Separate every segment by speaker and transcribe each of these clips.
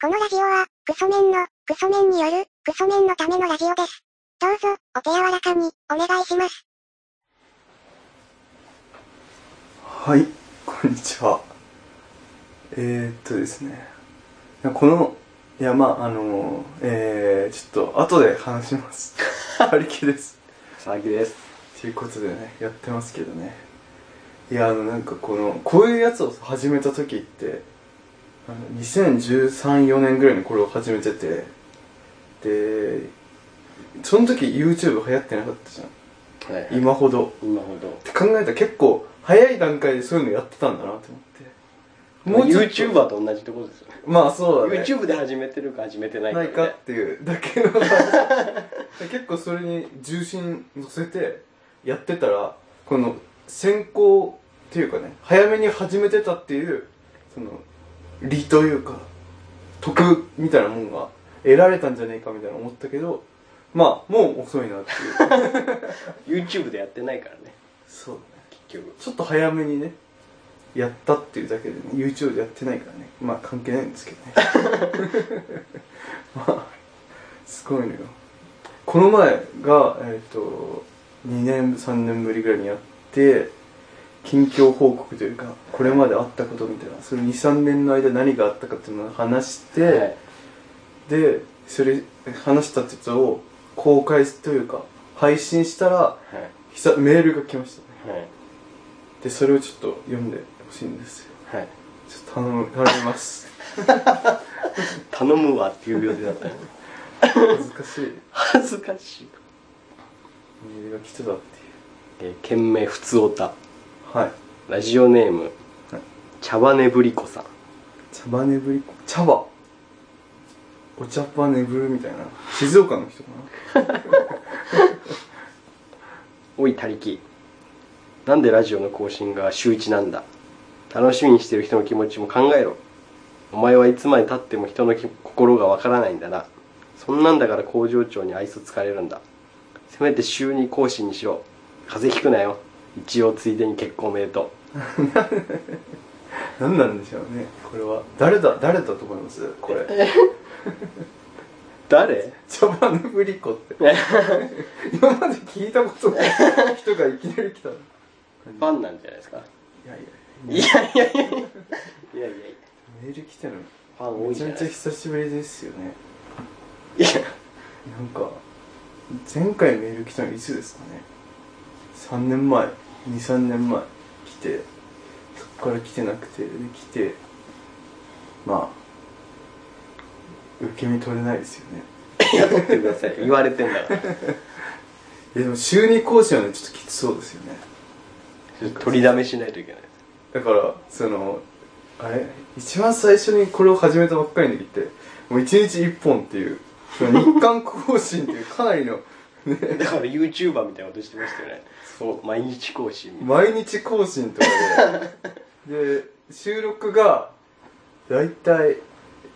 Speaker 1: このラジオは、クソメンの、クソメンによる、クソメンのためのラジオです。どうぞ、お手柔らかに、お願いします。
Speaker 2: はい、こんにちは。えー、っとですね、この、いや、まあ、あの、えー、ちょっと、後で話します。張り切です。
Speaker 3: 佐伯です
Speaker 2: ということでね、やってますけどね。いや、あの、なんかこの、こういうやつを始めた時って、あの、2013、4年ぐらいにこれを始めてて、で、その時 YouTube 流行ってなかったじゃ
Speaker 3: はいはい
Speaker 2: ん。今ほど。
Speaker 3: 今ほど
Speaker 2: って考えたら結構早い段階でそういうのやってたんだなと思ってもうちょっと
Speaker 3: YouTuber と同じところですよね
Speaker 2: まあそうだね
Speaker 3: YouTube で始めてるか始めてないか,、
Speaker 2: な
Speaker 3: ね、
Speaker 2: いかっていうだけの話 結構それに重心乗せてやってたらこの先行っていうかね早めに始めてたっていうその利というか得みたいなもんが得られたんじゃねえかみたいな思ったけどまあもう遅いなっていう
Speaker 3: YouTube でやってないからね
Speaker 2: そうだね
Speaker 3: 結局
Speaker 2: ちょっと早めにねやったっていうだけでね YouTube でやってないからねまあ関係ないんですけどね まあすごいのよこの前がえっ、と2年3年ぶりぐらいにやって近況報告というかこれまであったことみたいなそれ23年の間何があったかっていうのを話して、
Speaker 3: はい
Speaker 2: でそれ話したってやつを公開というか配信したら
Speaker 3: はい
Speaker 2: ひさメールが来ましたね
Speaker 3: はい
Speaker 2: でそれをちょっと読んでほしいんですよ
Speaker 3: はい
Speaker 2: ちょっと頼む頼みます
Speaker 3: 頼むわっていう予定 だったのに
Speaker 2: 恥ずかしい
Speaker 3: 恥ずかしい、
Speaker 2: メールが来てたっていう
Speaker 3: えー、件名ふつおた
Speaker 2: はい
Speaker 3: ラジオネーム、
Speaker 2: はい
Speaker 3: 茶羽ねぶりこさん
Speaker 2: 茶葉ねぶり茶葉お茶っ葉ねぶるみたいな静岡の人か
Speaker 3: おい他力なんでラジオの更新が週一なんだ楽しみにしてる人の気持ちも考えろお前はいつまでたっても人のき心がわからないんだなそんなんだから工場長に愛想つかれるんだせめて週に更新にしろ風邪ひくなよ一応ついでに結婚おめでと
Speaker 2: な何なんでしょうねこれは誰だ誰だと思いますこれ
Speaker 3: う 誰
Speaker 2: 茶葉ねぶり子って
Speaker 3: フ
Speaker 2: 今まで聞いたことない人がいきなり来たのい
Speaker 3: ァンなんじゃないですか
Speaker 2: やいや
Speaker 3: いやいやいやいやいやいや
Speaker 2: メール来てる
Speaker 3: ファン多
Speaker 2: の
Speaker 3: い
Speaker 2: め
Speaker 3: んじ
Speaker 2: ち
Speaker 3: ゃ
Speaker 2: ゃめ
Speaker 3: ない
Speaker 2: ちゃ
Speaker 3: です
Speaker 2: 久しぶりですよね
Speaker 3: かいや
Speaker 2: なんか前回メール来たのいつですかね3年前23年前来てそこから来てなくてで来てまあ受け身取れないですよね
Speaker 3: いや取ってください言われてんだから
Speaker 2: いやでも週2講師はねちょっときつそうですよね
Speaker 3: 取りだめしないといけない
Speaker 2: だからそのあれ一番最初にこれを始めたばっかりの時ってもう1日1本っていうその日韓更新っていうかなりのね
Speaker 3: だから YouTuber みたいなことしてましたよね
Speaker 2: そう
Speaker 3: 毎日更新みたいな
Speaker 2: 毎日更新とかでで収録が大体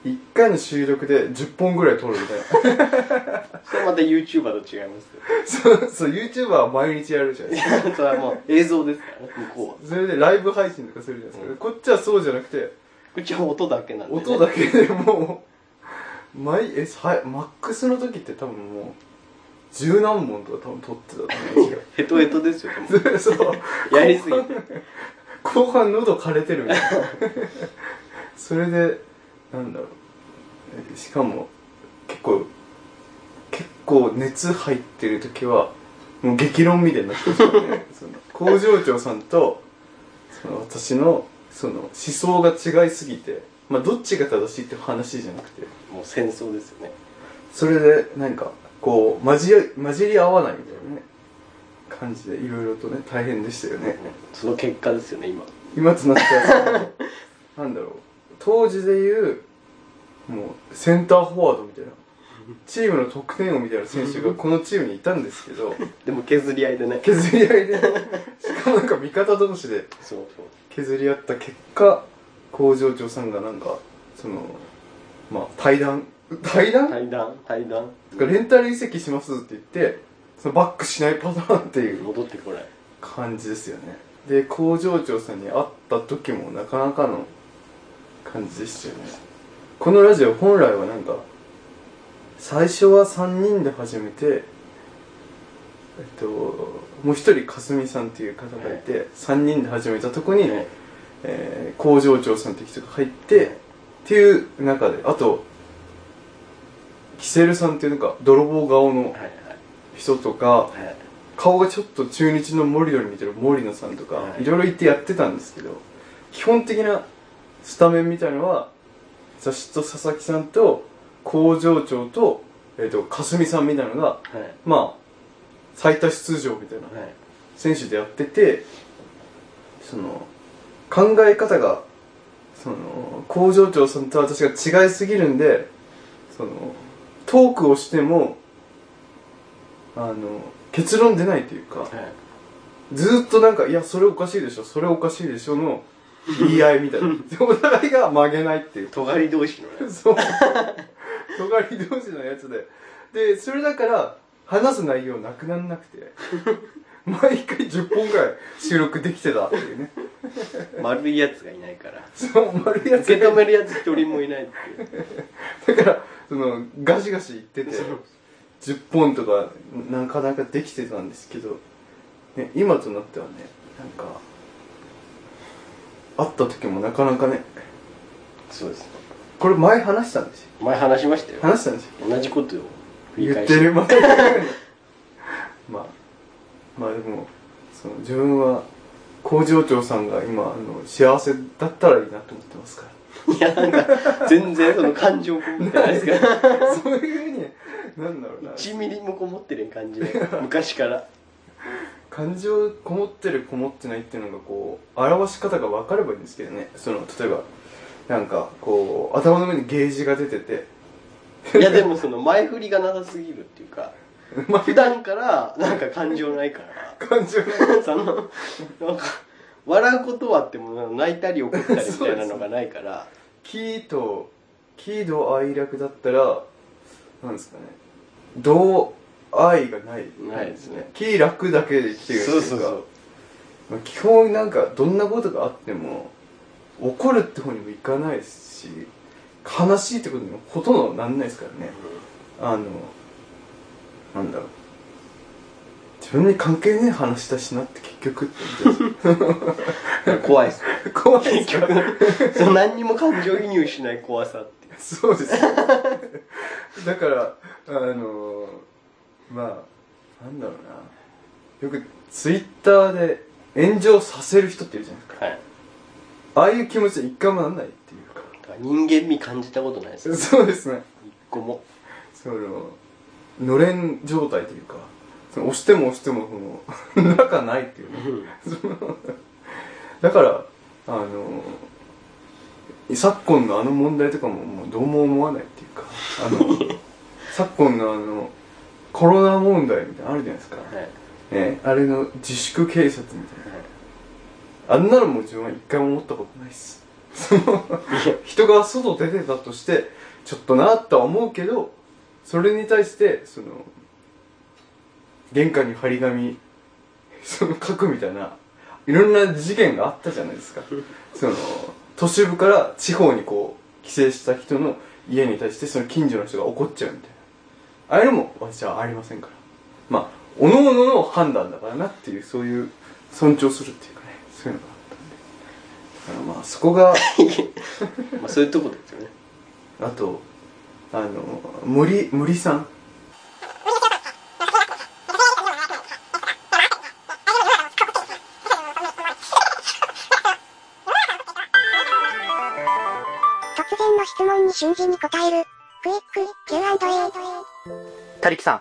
Speaker 2: 1回の収録で10本ぐらい撮るみたいな
Speaker 3: それまた YouTuber と違います
Speaker 2: そうそう YouTuber は毎日やるじゃないですか
Speaker 3: よ それはもう映像ですからね向こうは
Speaker 2: それでライブ配信とかするじゃないですか、
Speaker 3: うん
Speaker 2: こっちはそうじゃなくて
Speaker 3: こっちは音だけなんで、ね、
Speaker 2: 音だけでもう毎えさマックスの時って多分もう十何本とか多分撮ってたと思うんですよ
Speaker 3: ヘトヘトですよでも
Speaker 2: そう
Speaker 3: やりすぎて
Speaker 2: 後半喉枯れてるみたいな それでなんだろうえしかも結構結構熱入ってる時はもう激論みたいになってましたねその工場長さんとその私のその思想が違いすぎてまあどっちが正しいって話じゃなくて
Speaker 3: もう戦争ですよね
Speaker 2: それでなんかこう混じり混じり合わないみたいなね感じでいろいろとね大変でしたよね
Speaker 3: その結果ですよね今
Speaker 2: 今となっては そのなんだろう当時でいうもうセンターフォワードみたいなチームの得点王みたいな選手がこのチームにいたんですけ ど
Speaker 3: でも削り合いでね
Speaker 2: 削り合いでしかもなんか味方同士で
Speaker 3: そうそう
Speaker 2: 削り合った結果工場長さんがなんかそのまあ対談対談、
Speaker 3: 対談対談
Speaker 2: レンタル移籍しますって言ってそのバックしないパターンっていう
Speaker 3: 戻ってこない
Speaker 2: 感じですよねで工場長さんに会った時もなかなかの感じでしたよねこのラジオ本来はなんか最初は3人で始めてえっともう一人かすみさんっていう方がいて、三3人で始めたとこに、
Speaker 3: はい
Speaker 2: えー工場長さんって人が入って、っていう中であとキセルさんっていうなんか泥棒顔の
Speaker 3: はい
Speaker 2: 人とか、
Speaker 3: はいはい
Speaker 2: 顔がちょっと中日の森より似てる森野さんとか、
Speaker 3: はい
Speaker 2: い、ろいろ言ってやってたんですけど基本的なスタメンみたいのは雑誌と佐々木さんと工場長と,、えー、とかすみさんみたいなのが
Speaker 3: はい
Speaker 2: まあ最多出場みたいな
Speaker 3: はい
Speaker 2: 選手でやっててその考え方がその工場長さんと私が違いすぎるんでそのトークをしてもあの結論出ないというか
Speaker 3: はい
Speaker 2: ずーっとなんか「いやそれおかしいでしょそれおかしいでしょ」の言い合いみたいなお互いが曲げないっていう
Speaker 3: 尖り同士の ね
Speaker 2: そう。尖り同士のやつで。で、それだから、話す内容なくなんなくて、毎回10本ぐらい収録できてたっていうね。
Speaker 3: 丸いやつがいないから
Speaker 2: そう、丸いやつ
Speaker 3: 受け
Speaker 2: が
Speaker 3: 止めるやつ一人もいないっていう
Speaker 2: だから、その、ガシガシ言ってて、10本とか、なかなかできてたんですけど、ね、今となってはね、なんか、会った時もなかなかね、
Speaker 3: そうです
Speaker 2: これ前話したんですよ。
Speaker 3: 前話しましたよ
Speaker 2: 話したんですよ。
Speaker 3: 同じことを繰り
Speaker 2: 言っ
Speaker 3: 返して
Speaker 2: るまで まあまあでもその自分は工場長さんが今あの幸せだったらいいなと思ってますか
Speaker 3: いやなんか全然その感情こもってないですから
Speaker 2: ら そういうふうになんだろうな
Speaker 3: 1ミリもこもってる感 じで昔から
Speaker 2: 感情こもってるこもってないっていうのがこう表し方が分かればいいんですけどねその例えばなんかこう頭の上にゲージが出てて
Speaker 3: いやでもその前振りがなさすぎるっていうか
Speaker 2: ま
Speaker 3: 普段からなんか感情ないから
Speaker 2: あ感情が
Speaker 3: そのなんか笑うことはあっても泣いたり怒ったりみたいなのがないから
Speaker 2: 喜と喜怒哀楽だったらなんですかね同愛がない
Speaker 3: ないですね
Speaker 2: 喜楽だけで生きてるってい
Speaker 3: そうそうそう
Speaker 2: まあ基本なんかどんなことがあっても怒るって方にもいかないですし悲しいってことにもほとんどなんないですからねあのなんだろう自分に関係ねえ話だしなって結 局って言って
Speaker 3: 怖いっすよ
Speaker 2: ます怖いで
Speaker 3: 結
Speaker 2: すから
Speaker 3: 局その何にも感情移入しない怖さっていう
Speaker 2: そうですだからあのまあなんだろうなよくツイッターで炎上させる人っているじゃないですか
Speaker 3: はい
Speaker 2: ああいう気持ち一回もなんないっていうか
Speaker 3: だから人間味感じたことないですよ一
Speaker 2: そうですね
Speaker 3: 個も
Speaker 2: そののれん状態というかその押しても押してもその 中ないっていうねその だからあの昨今のあの問題とかももうどうも思わないっていうかあの 昨今のあのコロナ問題みたいなのあるじゃないですか、
Speaker 3: はい はい
Speaker 2: ね、あれの自粛警察みたいなあんなのも自分は一回も思ったことないっすその人が外出てたとしてちょっとなとは思うけどそれに対してその玄関に張り紙 その書くみたいないろんな事件があったじゃないですかその都市部から地方にこう帰省した人の家に対してその近所の人が怒っちゃうみたいなああいうのも私はありませんからまあおののの判断だからなっていうそういう尊重するっていうかねそういうのがあったんでだからまあそこ が
Speaker 3: まあそういうとこですよね
Speaker 2: あとあの森森さん
Speaker 1: 突然の質問に瞬時に答える。クイック Q&A。
Speaker 4: たりきさん。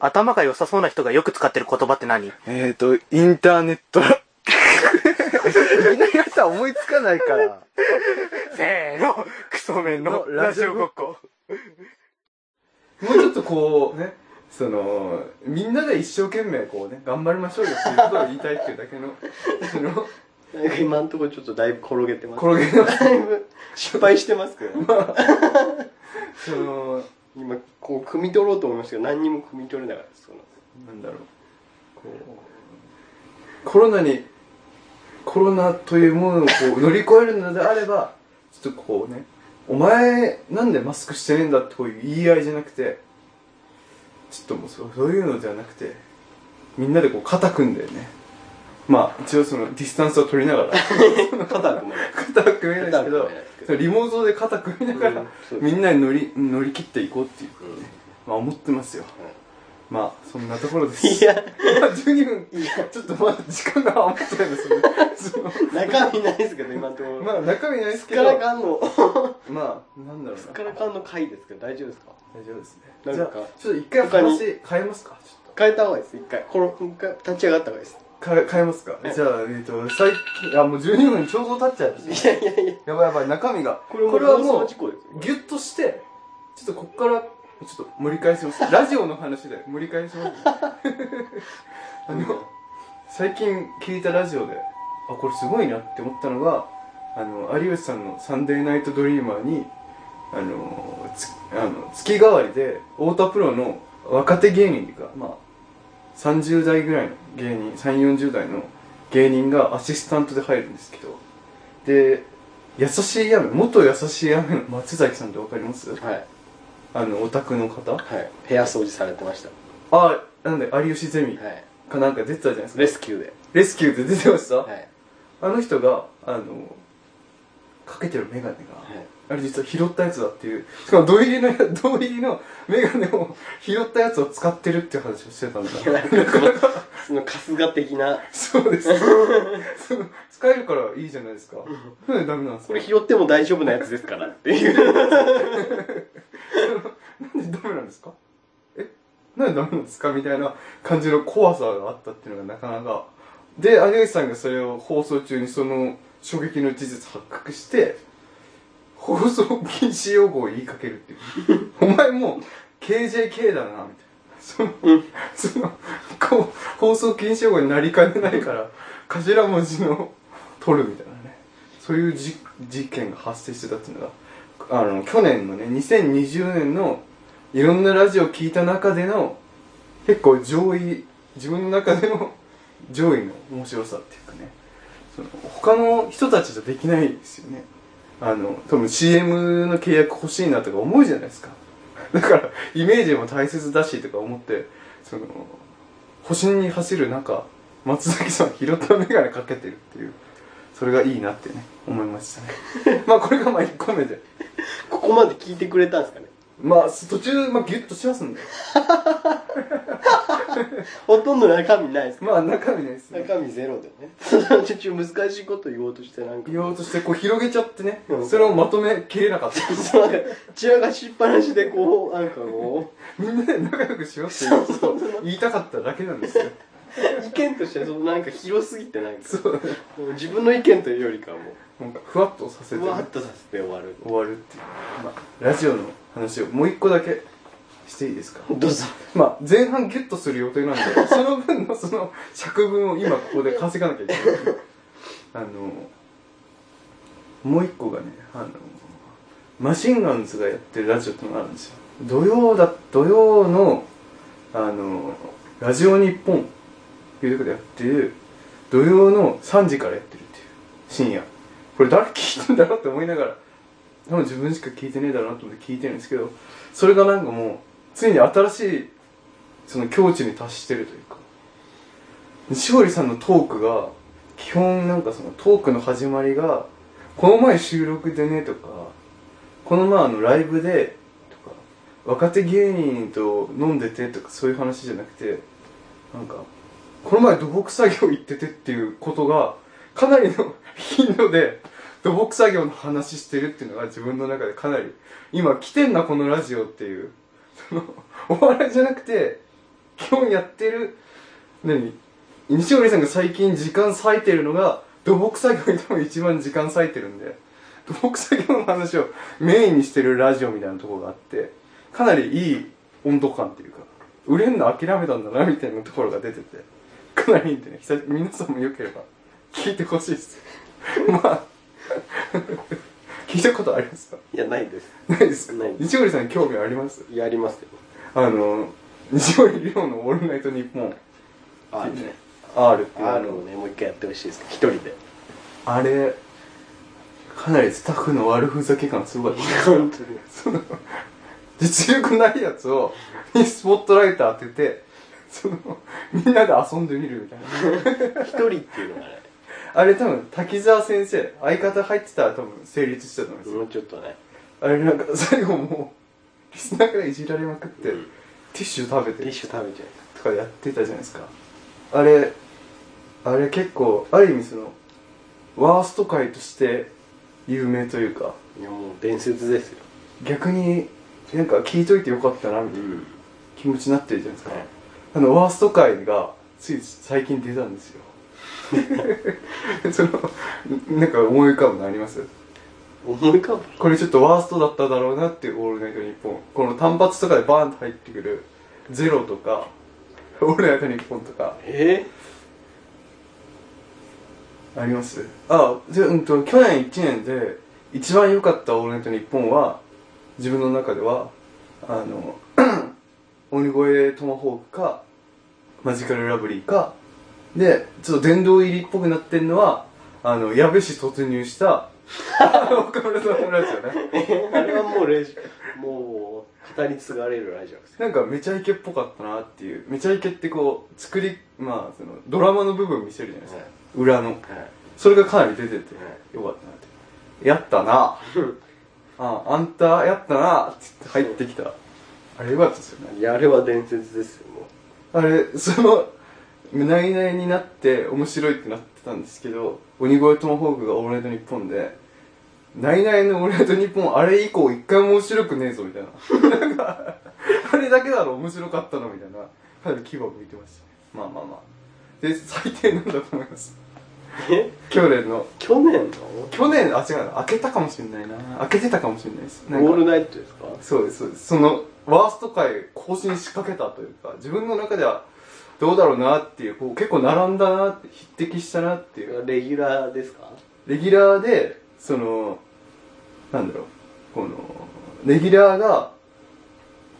Speaker 4: 頭が良さそうな人がよく使ってる言葉って何
Speaker 2: えっ、ー、とインターネット皆さん思いつかないから
Speaker 4: せーの、クソメン
Speaker 2: のラジオごっこもうちょっとこうねそのみんなで一生懸命こうね頑張りましょうよっていうことを言いたいっていうだけのその
Speaker 3: なんか今んところちょっとだいぶ転げてます
Speaker 2: 転げの
Speaker 3: だいぶ失敗してますけどね
Speaker 2: その
Speaker 3: 今こう汲み取ろうと思いましたけど何にも汲み取れなかったですその
Speaker 2: なんだろうこうコロナにコロナというものをこう乗り越えるのであればちょっとこうねお前なんでマスクしてねえんだってこういう言い合いじゃなくてちょっともうそうそういうのではなくてみんなでこう肩組んでねまあ一応そのディスタンスを取りながら
Speaker 3: 肩組めない
Speaker 2: 肩は組めないですけ
Speaker 3: 肩は
Speaker 2: ど
Speaker 3: 組めないですけど
Speaker 2: そのリモートで肩組みながら、
Speaker 3: うんそうです
Speaker 2: みんなに乗り乗り切っていこうっていう、
Speaker 3: うん
Speaker 2: まあ思ってますよまあそんなところです
Speaker 3: いや
Speaker 2: まあ12分ちょっとまだ時間が余っちゃいますねその
Speaker 3: 中身ないですけど今のところ
Speaker 2: まあ中身ないです
Speaker 3: す
Speaker 2: け
Speaker 3: っか
Speaker 2: ど
Speaker 3: らかんの
Speaker 2: まあなんだろう
Speaker 3: すっ
Speaker 2: な
Speaker 3: からかんの回ですけど大丈夫ですか
Speaker 2: 大丈夫ですね
Speaker 3: なん
Speaker 2: じ
Speaker 3: か
Speaker 2: ゃあちょっと一回
Speaker 3: 他に
Speaker 2: 話変えますかちょっ
Speaker 3: 変えた方がいいです一回この一回立ち上がった方がいいです
Speaker 2: とか変えますかじゃあえっと最近あもう12分ちょうど経っちゃいました
Speaker 3: いやいやいや
Speaker 2: やばいやばい中身が
Speaker 3: これも
Speaker 2: はも
Speaker 3: 放送事故ですよ
Speaker 2: うギュッとしてちょっとこっからちょっと盛り返しますラジオの話で盛り返します あの最近聞いたラジオであこれすごいなって思ったのがあの有吉さんの「サンデーナイトドリーマーに」あのつあの月替わりで太田プロの若手芸人がまあ30代ぐらいの芸人3040代の芸人がアシスタントで入るんですけどで優しい雨元優しい雨の松崎さんってわかります
Speaker 3: はい
Speaker 2: あのオタクの方
Speaker 3: はい部屋掃除されてました
Speaker 2: あなんで有吉ゼミ
Speaker 3: はい
Speaker 2: かなんか出てたじゃないですか
Speaker 3: レスキューで
Speaker 2: レスキューで出てました、
Speaker 3: はい
Speaker 2: あの人があのかけてるメガネが、
Speaker 3: はい
Speaker 2: あれ実は拾ったやつだっていうしかも胴入りのや 胴入りのメガネを 拾ったやつを使ってるっていう話をしてたんだ
Speaker 3: いやなんかこうその春日的な
Speaker 2: そうですそう使えるからいいじゃないですかなんでダメなんです
Speaker 3: こ
Speaker 2: か
Speaker 3: れ拾っても大丈夫なやつですからっていう
Speaker 2: なんでダメなんですかえなんでダメなんですかみたいな感じの怖さがあったっていうのがなかなかで有吉さんがそれを放送中にその衝撃の事実発覚して放送禁止用語を言いかけるっていう お前もう KJK だなみたいなその そのこう放送禁止用語になりかねないから頭文字の取るみたいなねそういうじ事件が発生してたっていうのがあの去年のね2020年のいろんなラジオを聞いた中での結構上位自分の中での上位の面白さっていうかねその他の人たちじゃできないですよねあの多分 CM の契約欲しいなとか思うじゃないですかだからイメージも大切だしとか思ってその星に走る中松崎さん拾った眼鏡かけてるっていうそれがいいなってね思いましたねまあこれがまあ1個目で
Speaker 3: ここまで聞いてくれたんですかね
Speaker 2: まあ途中、まあ、ギュッとしますんで
Speaker 3: ほとんど中身ないです
Speaker 2: まあ中身ないですね
Speaker 3: 中身ゼロでね その途中難しいこと言おうとしてなんか
Speaker 2: 言おうとしてこう広げちゃってね
Speaker 3: うん
Speaker 2: それをまとめきれなかった
Speaker 3: そうなんか散らかしっぱなしでこうなんかこ
Speaker 2: みんなで仲良くしようっていうことを言いたかっただけなんですよ
Speaker 3: う意見としてはそのなんか広すぎてなんか
Speaker 2: そう
Speaker 3: もう自分の意見というよりかはも
Speaker 2: なんかふわっとさ
Speaker 3: う
Speaker 2: せて
Speaker 3: ふ
Speaker 2: ね
Speaker 3: わっとさせて終わる
Speaker 2: 終わるっていう、まあ、ラジオの話をもう一個だけしていいですか
Speaker 3: どうぞ
Speaker 2: まあ、前半ゲットする予定なんで、その分のその尺分を今ここで稼がなきゃいけない。あの、もう一個がね、あの、マシンガンズがやってるラジオってのがあるんですよ。土曜だ、土曜の、あの、ラジオ日本っていうとこでやってる、土曜の3時からやってるっていう、深夜。これ誰聞いてんだろうって思いながら、多分自分しか聞いてねえだろうなと思って聞いてるんですけどそれがなんかもうついに新しいその境地に達してるというか西堀さんのトークが基本なんかそのトークの始まりがこの前収録でねとかこの前あのライブでとか若手芸人と飲んでてとかそういう話じゃなくてなんかこの前土木作業行っててっていうことがかなりの 頻度で土木作業の話してるっていうのが自分の中でかなり今来てんなこのラジオっていうそのお笑いじゃなくて基本やってる何西堀さんが最近時間割いてるのが土木作業に多分一番時間割いてるんで土木作業の話をメインにしてるラジオみたいなところがあってかなりいい温度感っていうか売れんの諦めたんだなみたいなところが出ててかなりいいんでね久々皆さんもよければ聞いてほしいです まあ 聞いたことありますか
Speaker 3: いやないです
Speaker 2: ないですか
Speaker 3: ない
Speaker 2: 西堀さんに興味あります
Speaker 3: やりますよ
Speaker 2: あの西堀亮の「オールナイトニッポン
Speaker 3: あるね
Speaker 2: R」っていうの
Speaker 3: R をねもう一回やってほしいです一人で
Speaker 2: あれかなりスタッフの悪ふざけ感すごかった
Speaker 3: 本当に
Speaker 2: その実力ないやつをにスポットライト当ててそのみんなで遊んでみるみたいな
Speaker 3: 一人っていうのがね
Speaker 2: あれ多分滝沢先生相方入ってたら多分成立してたと思うんですよ、
Speaker 3: もうちょっとね
Speaker 2: あれなんか最後もうリスナーからいじられまくって、
Speaker 3: うん
Speaker 2: ティッシュ食べ
Speaker 3: ティッ
Speaker 2: て
Speaker 3: シュ食べちゃ
Speaker 2: とかやってたじゃないですかあれあれ結構ある意味そのワースト回として有名というか
Speaker 3: ういやもう伝説ですよ
Speaker 2: 逆になんか聞いといてよかったなみたいな
Speaker 3: うん
Speaker 2: 気持ちになってるじゃないですか、
Speaker 3: はい
Speaker 2: あのワースト回がつい最近出たんですよ そのなんか思い浮かぶのあります
Speaker 3: 思い浮かぶ
Speaker 2: これちょっとワーストだっただろうなっていう「オールナイトニッポン」この単発とかでバーンと入ってくる「ゼロ」とか「オールナイトニッポン」とか
Speaker 3: え
Speaker 2: ありますあでうんと去年1年で一番良かった「オールナイトニッポン」は自分の中ではあの 鬼越トマホークかマジカルラブリーかでちょっと殿堂入りっぽくなってんのはあの矢部市突入した あの岡村さんのラジオね
Speaker 3: え あれはもうレジもう語り継がれるラジオです
Speaker 2: なんかめちゃイケっぽかったなっていうめちゃイケってこう作りまあそのドラマの部分見せるじゃないですか、
Speaker 3: はい
Speaker 2: 裏の
Speaker 3: はい
Speaker 2: それがかなり出てて、
Speaker 3: は
Speaker 2: よかったなってやったなああんたやったなって言って入ってきたあれよかったですよね
Speaker 3: いやあれは伝説ですよも
Speaker 2: あれそのないないになって面白いってなってたんですけど鬼越トマホークが「オールナイトニッポン」で「ないないのオールナイトニッポン」あれ以降一回も面白くねえぞみたいななんかあれだけだろ面白かったのみたいなかなり牙を向いてましたねまあまあまあで最低なんだと思います
Speaker 3: うえ
Speaker 2: 去年の
Speaker 3: 去年
Speaker 2: 去年あ違うな開けたかもしれないな開けてたかもしれないですな
Speaker 3: の
Speaker 2: んか
Speaker 3: オールナイトですか
Speaker 2: そうですそうですそのワースト回更新しかけたというか自分の中ではどうだろうなっていうこう結構並んだなって匹敵したなっていう
Speaker 3: レギュラーですか
Speaker 2: レギュラーでそのなんだろうこのレギュラーが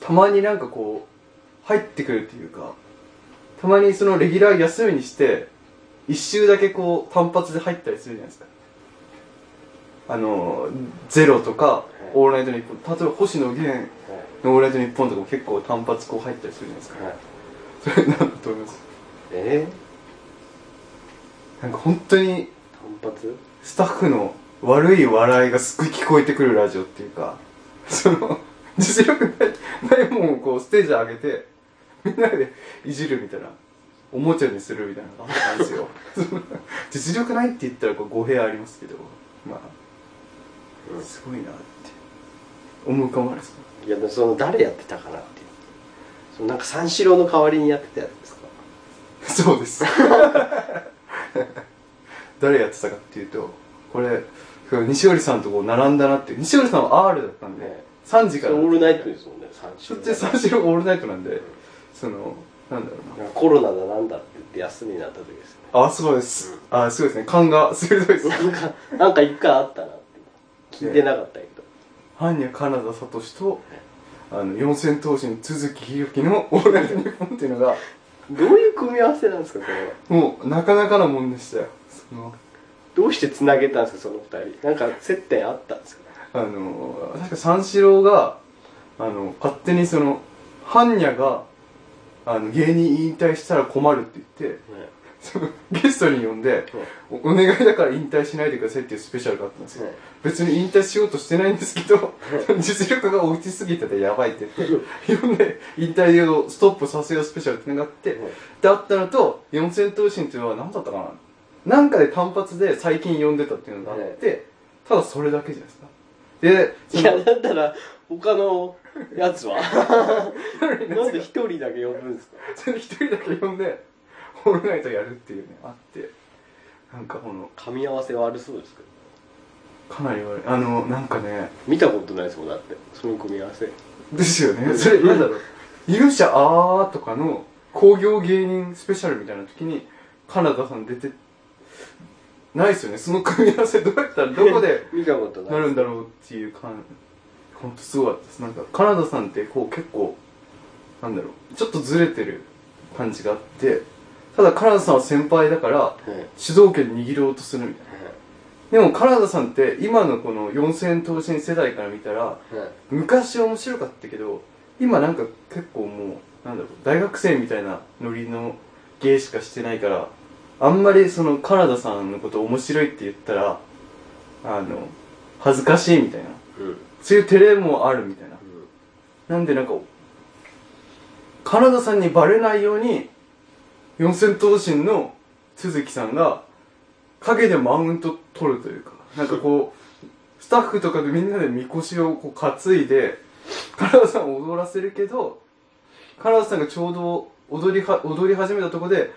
Speaker 2: たまになんかこう入ってくるっていうかたまにそのレギュラー休みにして一周だけこう単発で入ったりするじゃないですかあの「ゼロとか「オールナイトニッポン」例えば星野源オールナイトニッポンとかも結構単発こう入ったりするじゃないですか、
Speaker 3: はい
Speaker 2: それなんだと思います
Speaker 3: え
Speaker 2: なんか本当に
Speaker 3: 単発
Speaker 2: スタッフの悪い笑いがすっごい聞こえてくるラジオっていうか その実力ないないもんをこうステージ上げてみんなでいじるみたいなおもちゃにするみたいな感じなんですよ その実力ないって言ったらこう語弊ありますけどま
Speaker 3: う
Speaker 2: あ
Speaker 3: ん
Speaker 2: すごいなって思うかもあるんですか
Speaker 3: いやでもその誰やってたかなっていうそのなんか三四郎の代わりにやってたやつです か
Speaker 2: そうです誰やってたかっていうとこれ西織さんとこう並んだなって西織さんは R だったんで、
Speaker 3: ね
Speaker 2: 3時
Speaker 3: そ
Speaker 2: か
Speaker 3: れ
Speaker 2: ら
Speaker 3: オールナイトですもんね三
Speaker 2: そ
Speaker 3: 四
Speaker 2: っ
Speaker 3: 郎
Speaker 2: ち三四郎オールナイトなんで、そのなんだろうな
Speaker 3: なんかコロナだなんだって言って休みになった時ですね
Speaker 2: あすごいです、あすごいですね勘が 鋭いです
Speaker 3: なんかなんか一回あったなって聞いてなかったけど、
Speaker 2: 般若金田聡とあの四千頭身都築ひろきのオールナイトニッポンっていうのが
Speaker 3: どういう組み合わせなんですかそれは
Speaker 2: もうなかなかなもんでしたよその
Speaker 3: どうしてつなげたんですかその二人なんか接点あったんですか
Speaker 2: あの確か三四郎があの勝手にその般若があの芸人引退したら困るって言って
Speaker 3: ね
Speaker 2: そのゲストに呼んで、おお願いだから引退しないでくださいっていうスペシャルがあったんですよ、
Speaker 3: はい
Speaker 2: 別に引退しようとしてないんですけど、実力が落ちすぎててやばいって言って呼んで引退をストップさせようスペシャルってのがあって、
Speaker 3: はい
Speaker 2: であったのと四千頭身っていうのは何だったかななんかで単発で最近呼んでたっていうのがあって、ただそれだけじゃないですかでその
Speaker 3: いやだったら他のやつはなんで一人だけ呼ぶんですか
Speaker 2: それで一人だけ呼んでオールナイトやるっていうねあってなんかこの
Speaker 3: 噛み合わせ悪そうですけど
Speaker 2: かなり悪いあのなんかね
Speaker 3: 見たことないですもんだってその組み合わせ
Speaker 2: ですよ ねそれなんだろう勇者あーとかの工業芸人スペシャルみたいな時にカナダさん出てないですよねその組み合わせどうやったらどこで
Speaker 3: 見たことない
Speaker 2: なるんだろうっていう感ほんとすごかったですなんかカナダさんってこう結構なんだろうちょっとずれてる感じがあってただカナダさんは先輩だから
Speaker 3: はい
Speaker 2: 主導権握ろうとするみたいなでも原田さんって今のこの4000投身世代から見たら昔面白かったけど今なんか結構もうなんだろう大学生みたいなノリの芸しかしてないからあんまりその原田さんのこと面白いって言ったらあの恥ずかしいみたいな
Speaker 3: うんうん
Speaker 2: そういう照れもあるみたいななんでなんか原田さんにバレないように四千頭身の都築さんが陰でマウント取るというかなんかこうスタッフとかでみんなでみこしをこう担いで原田さんを踊らせるけど原田さんがちょうど踊りは踊り始めたとこで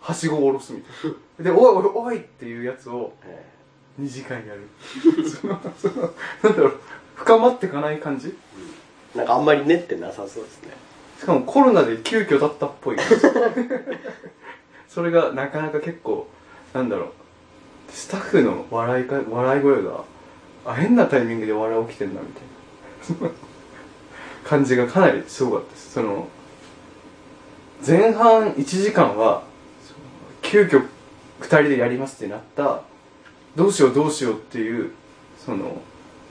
Speaker 2: はしごを下ろすみたいなで「おいおいおい!」っていうやつを2時間やるそのそのなんだろう深まっていかない感じ
Speaker 3: なんかあんまり練ってなさそうですね
Speaker 2: しかもコロナで急遽だったっぽいそれがなかなか結構なんだろうスタッフの笑いか笑い声があ変なタイミングで笑い起きてんなみたいなその感じがかなりすごかったですその前半1時間はその急遽2人でやりますってなったどうしようどうしようっていうその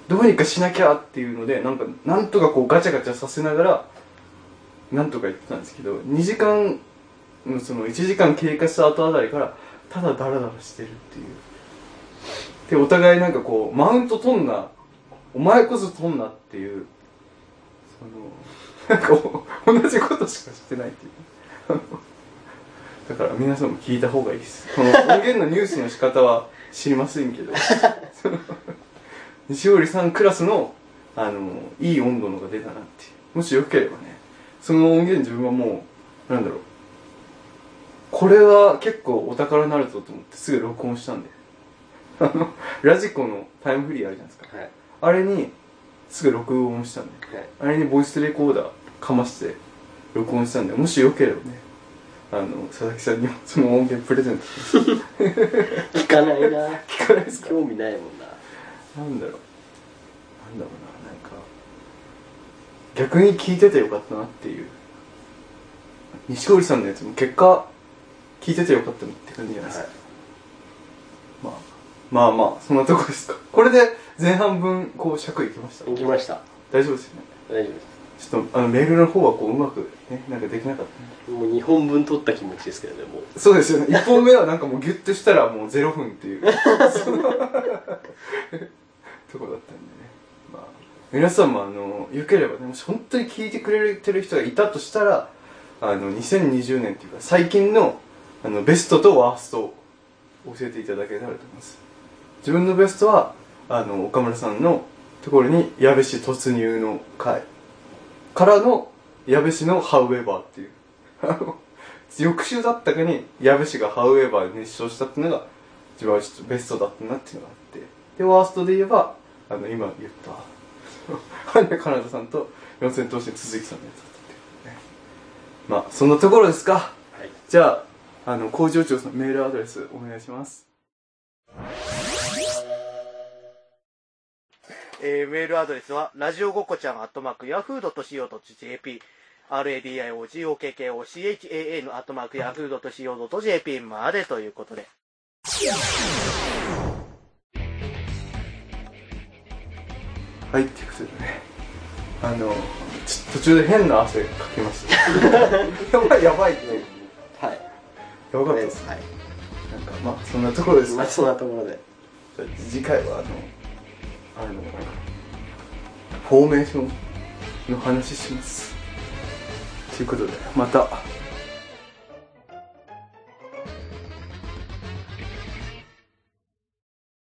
Speaker 2: どうにかしなきゃっていうのでなんかなんとかこうガチャガチャさせながらなんとか言ってたんですけど2時間のその1時間経過した後あたりからただダラダラしてるっていうでお互いなんかこうマウント取んなお前こそ取んなっていうそのなんかお同じことしかしてないっていう あのだから皆さんも聞いた方がいいですこの音源のニュースの仕方は知りませんけど その西堀さんクラスのあのいい温度のが出たなっていうもしよければねその音源自分はもうなんだろうこれは結構お宝になるぞと思ってすぐ録音したんであのラジコのタイムフリーあるじゃないですか
Speaker 3: はいはい
Speaker 2: あれにすぐ録音したんであれにボイスレコーダーかまして録音したんでもしよければねあの佐々木さんにもその音源プレゼントします
Speaker 3: 聞かないな
Speaker 2: 聞かないですか
Speaker 3: 興味ないもんな
Speaker 2: なんだろうなんだろうななんか逆に聞いててよかったなっていう錦織さんのやつも結果聞いててよかったなって感じじゃないですか、まあ、まあまあそんなとこですかこれで前半分こう尺いきました
Speaker 3: 行きました
Speaker 2: 大丈夫ですよね
Speaker 3: 大丈夫で
Speaker 2: ちょっとあのメールの方はこううまくねなんかできなかったね
Speaker 3: すもう2本分取った気持ちですけどねもう
Speaker 2: そうですよね1本目はなんかもうギュッとしたらもう0分っていうそのとこだったんでね、まあ、皆さんもあのよければねもし本当に聞いてくれてる人がいたとしたらあの2020年っていうか最近のあのベストとワーストを教えていただけたらと思います自分のベストはあの岡村さんのところに矢部氏突入の回からの矢部氏の「ハウエバー」っていう あの翌週だったかに矢部氏が「ハウエバー」熱唱したっていうのが自分はちょっとベストだったなっていうのがあってでワーストで言えばあの今言った羽根かなさんと四千頭身鈴木さんのやつだったっていうねまあそんなところですか
Speaker 3: はい
Speaker 2: じゃああの工場長さんメールアドレスお願いします
Speaker 4: えーメールアドレスは、ラジオごこちゃん、アットマーク、ヤフードとしようと JP、radiogokkoCHAA のアットマーク、ヤフードとしようと JP までということで。
Speaker 2: はいっていうことでねあのちょっと途中で変な汗かきました やばいやばいって
Speaker 3: はい
Speaker 2: やばかったです
Speaker 3: はい
Speaker 2: なんかまあそんなところです
Speaker 3: ま
Speaker 2: か
Speaker 3: あそんなところで
Speaker 2: じゃあ次回はあのあのフォーメーションの話しますということでまた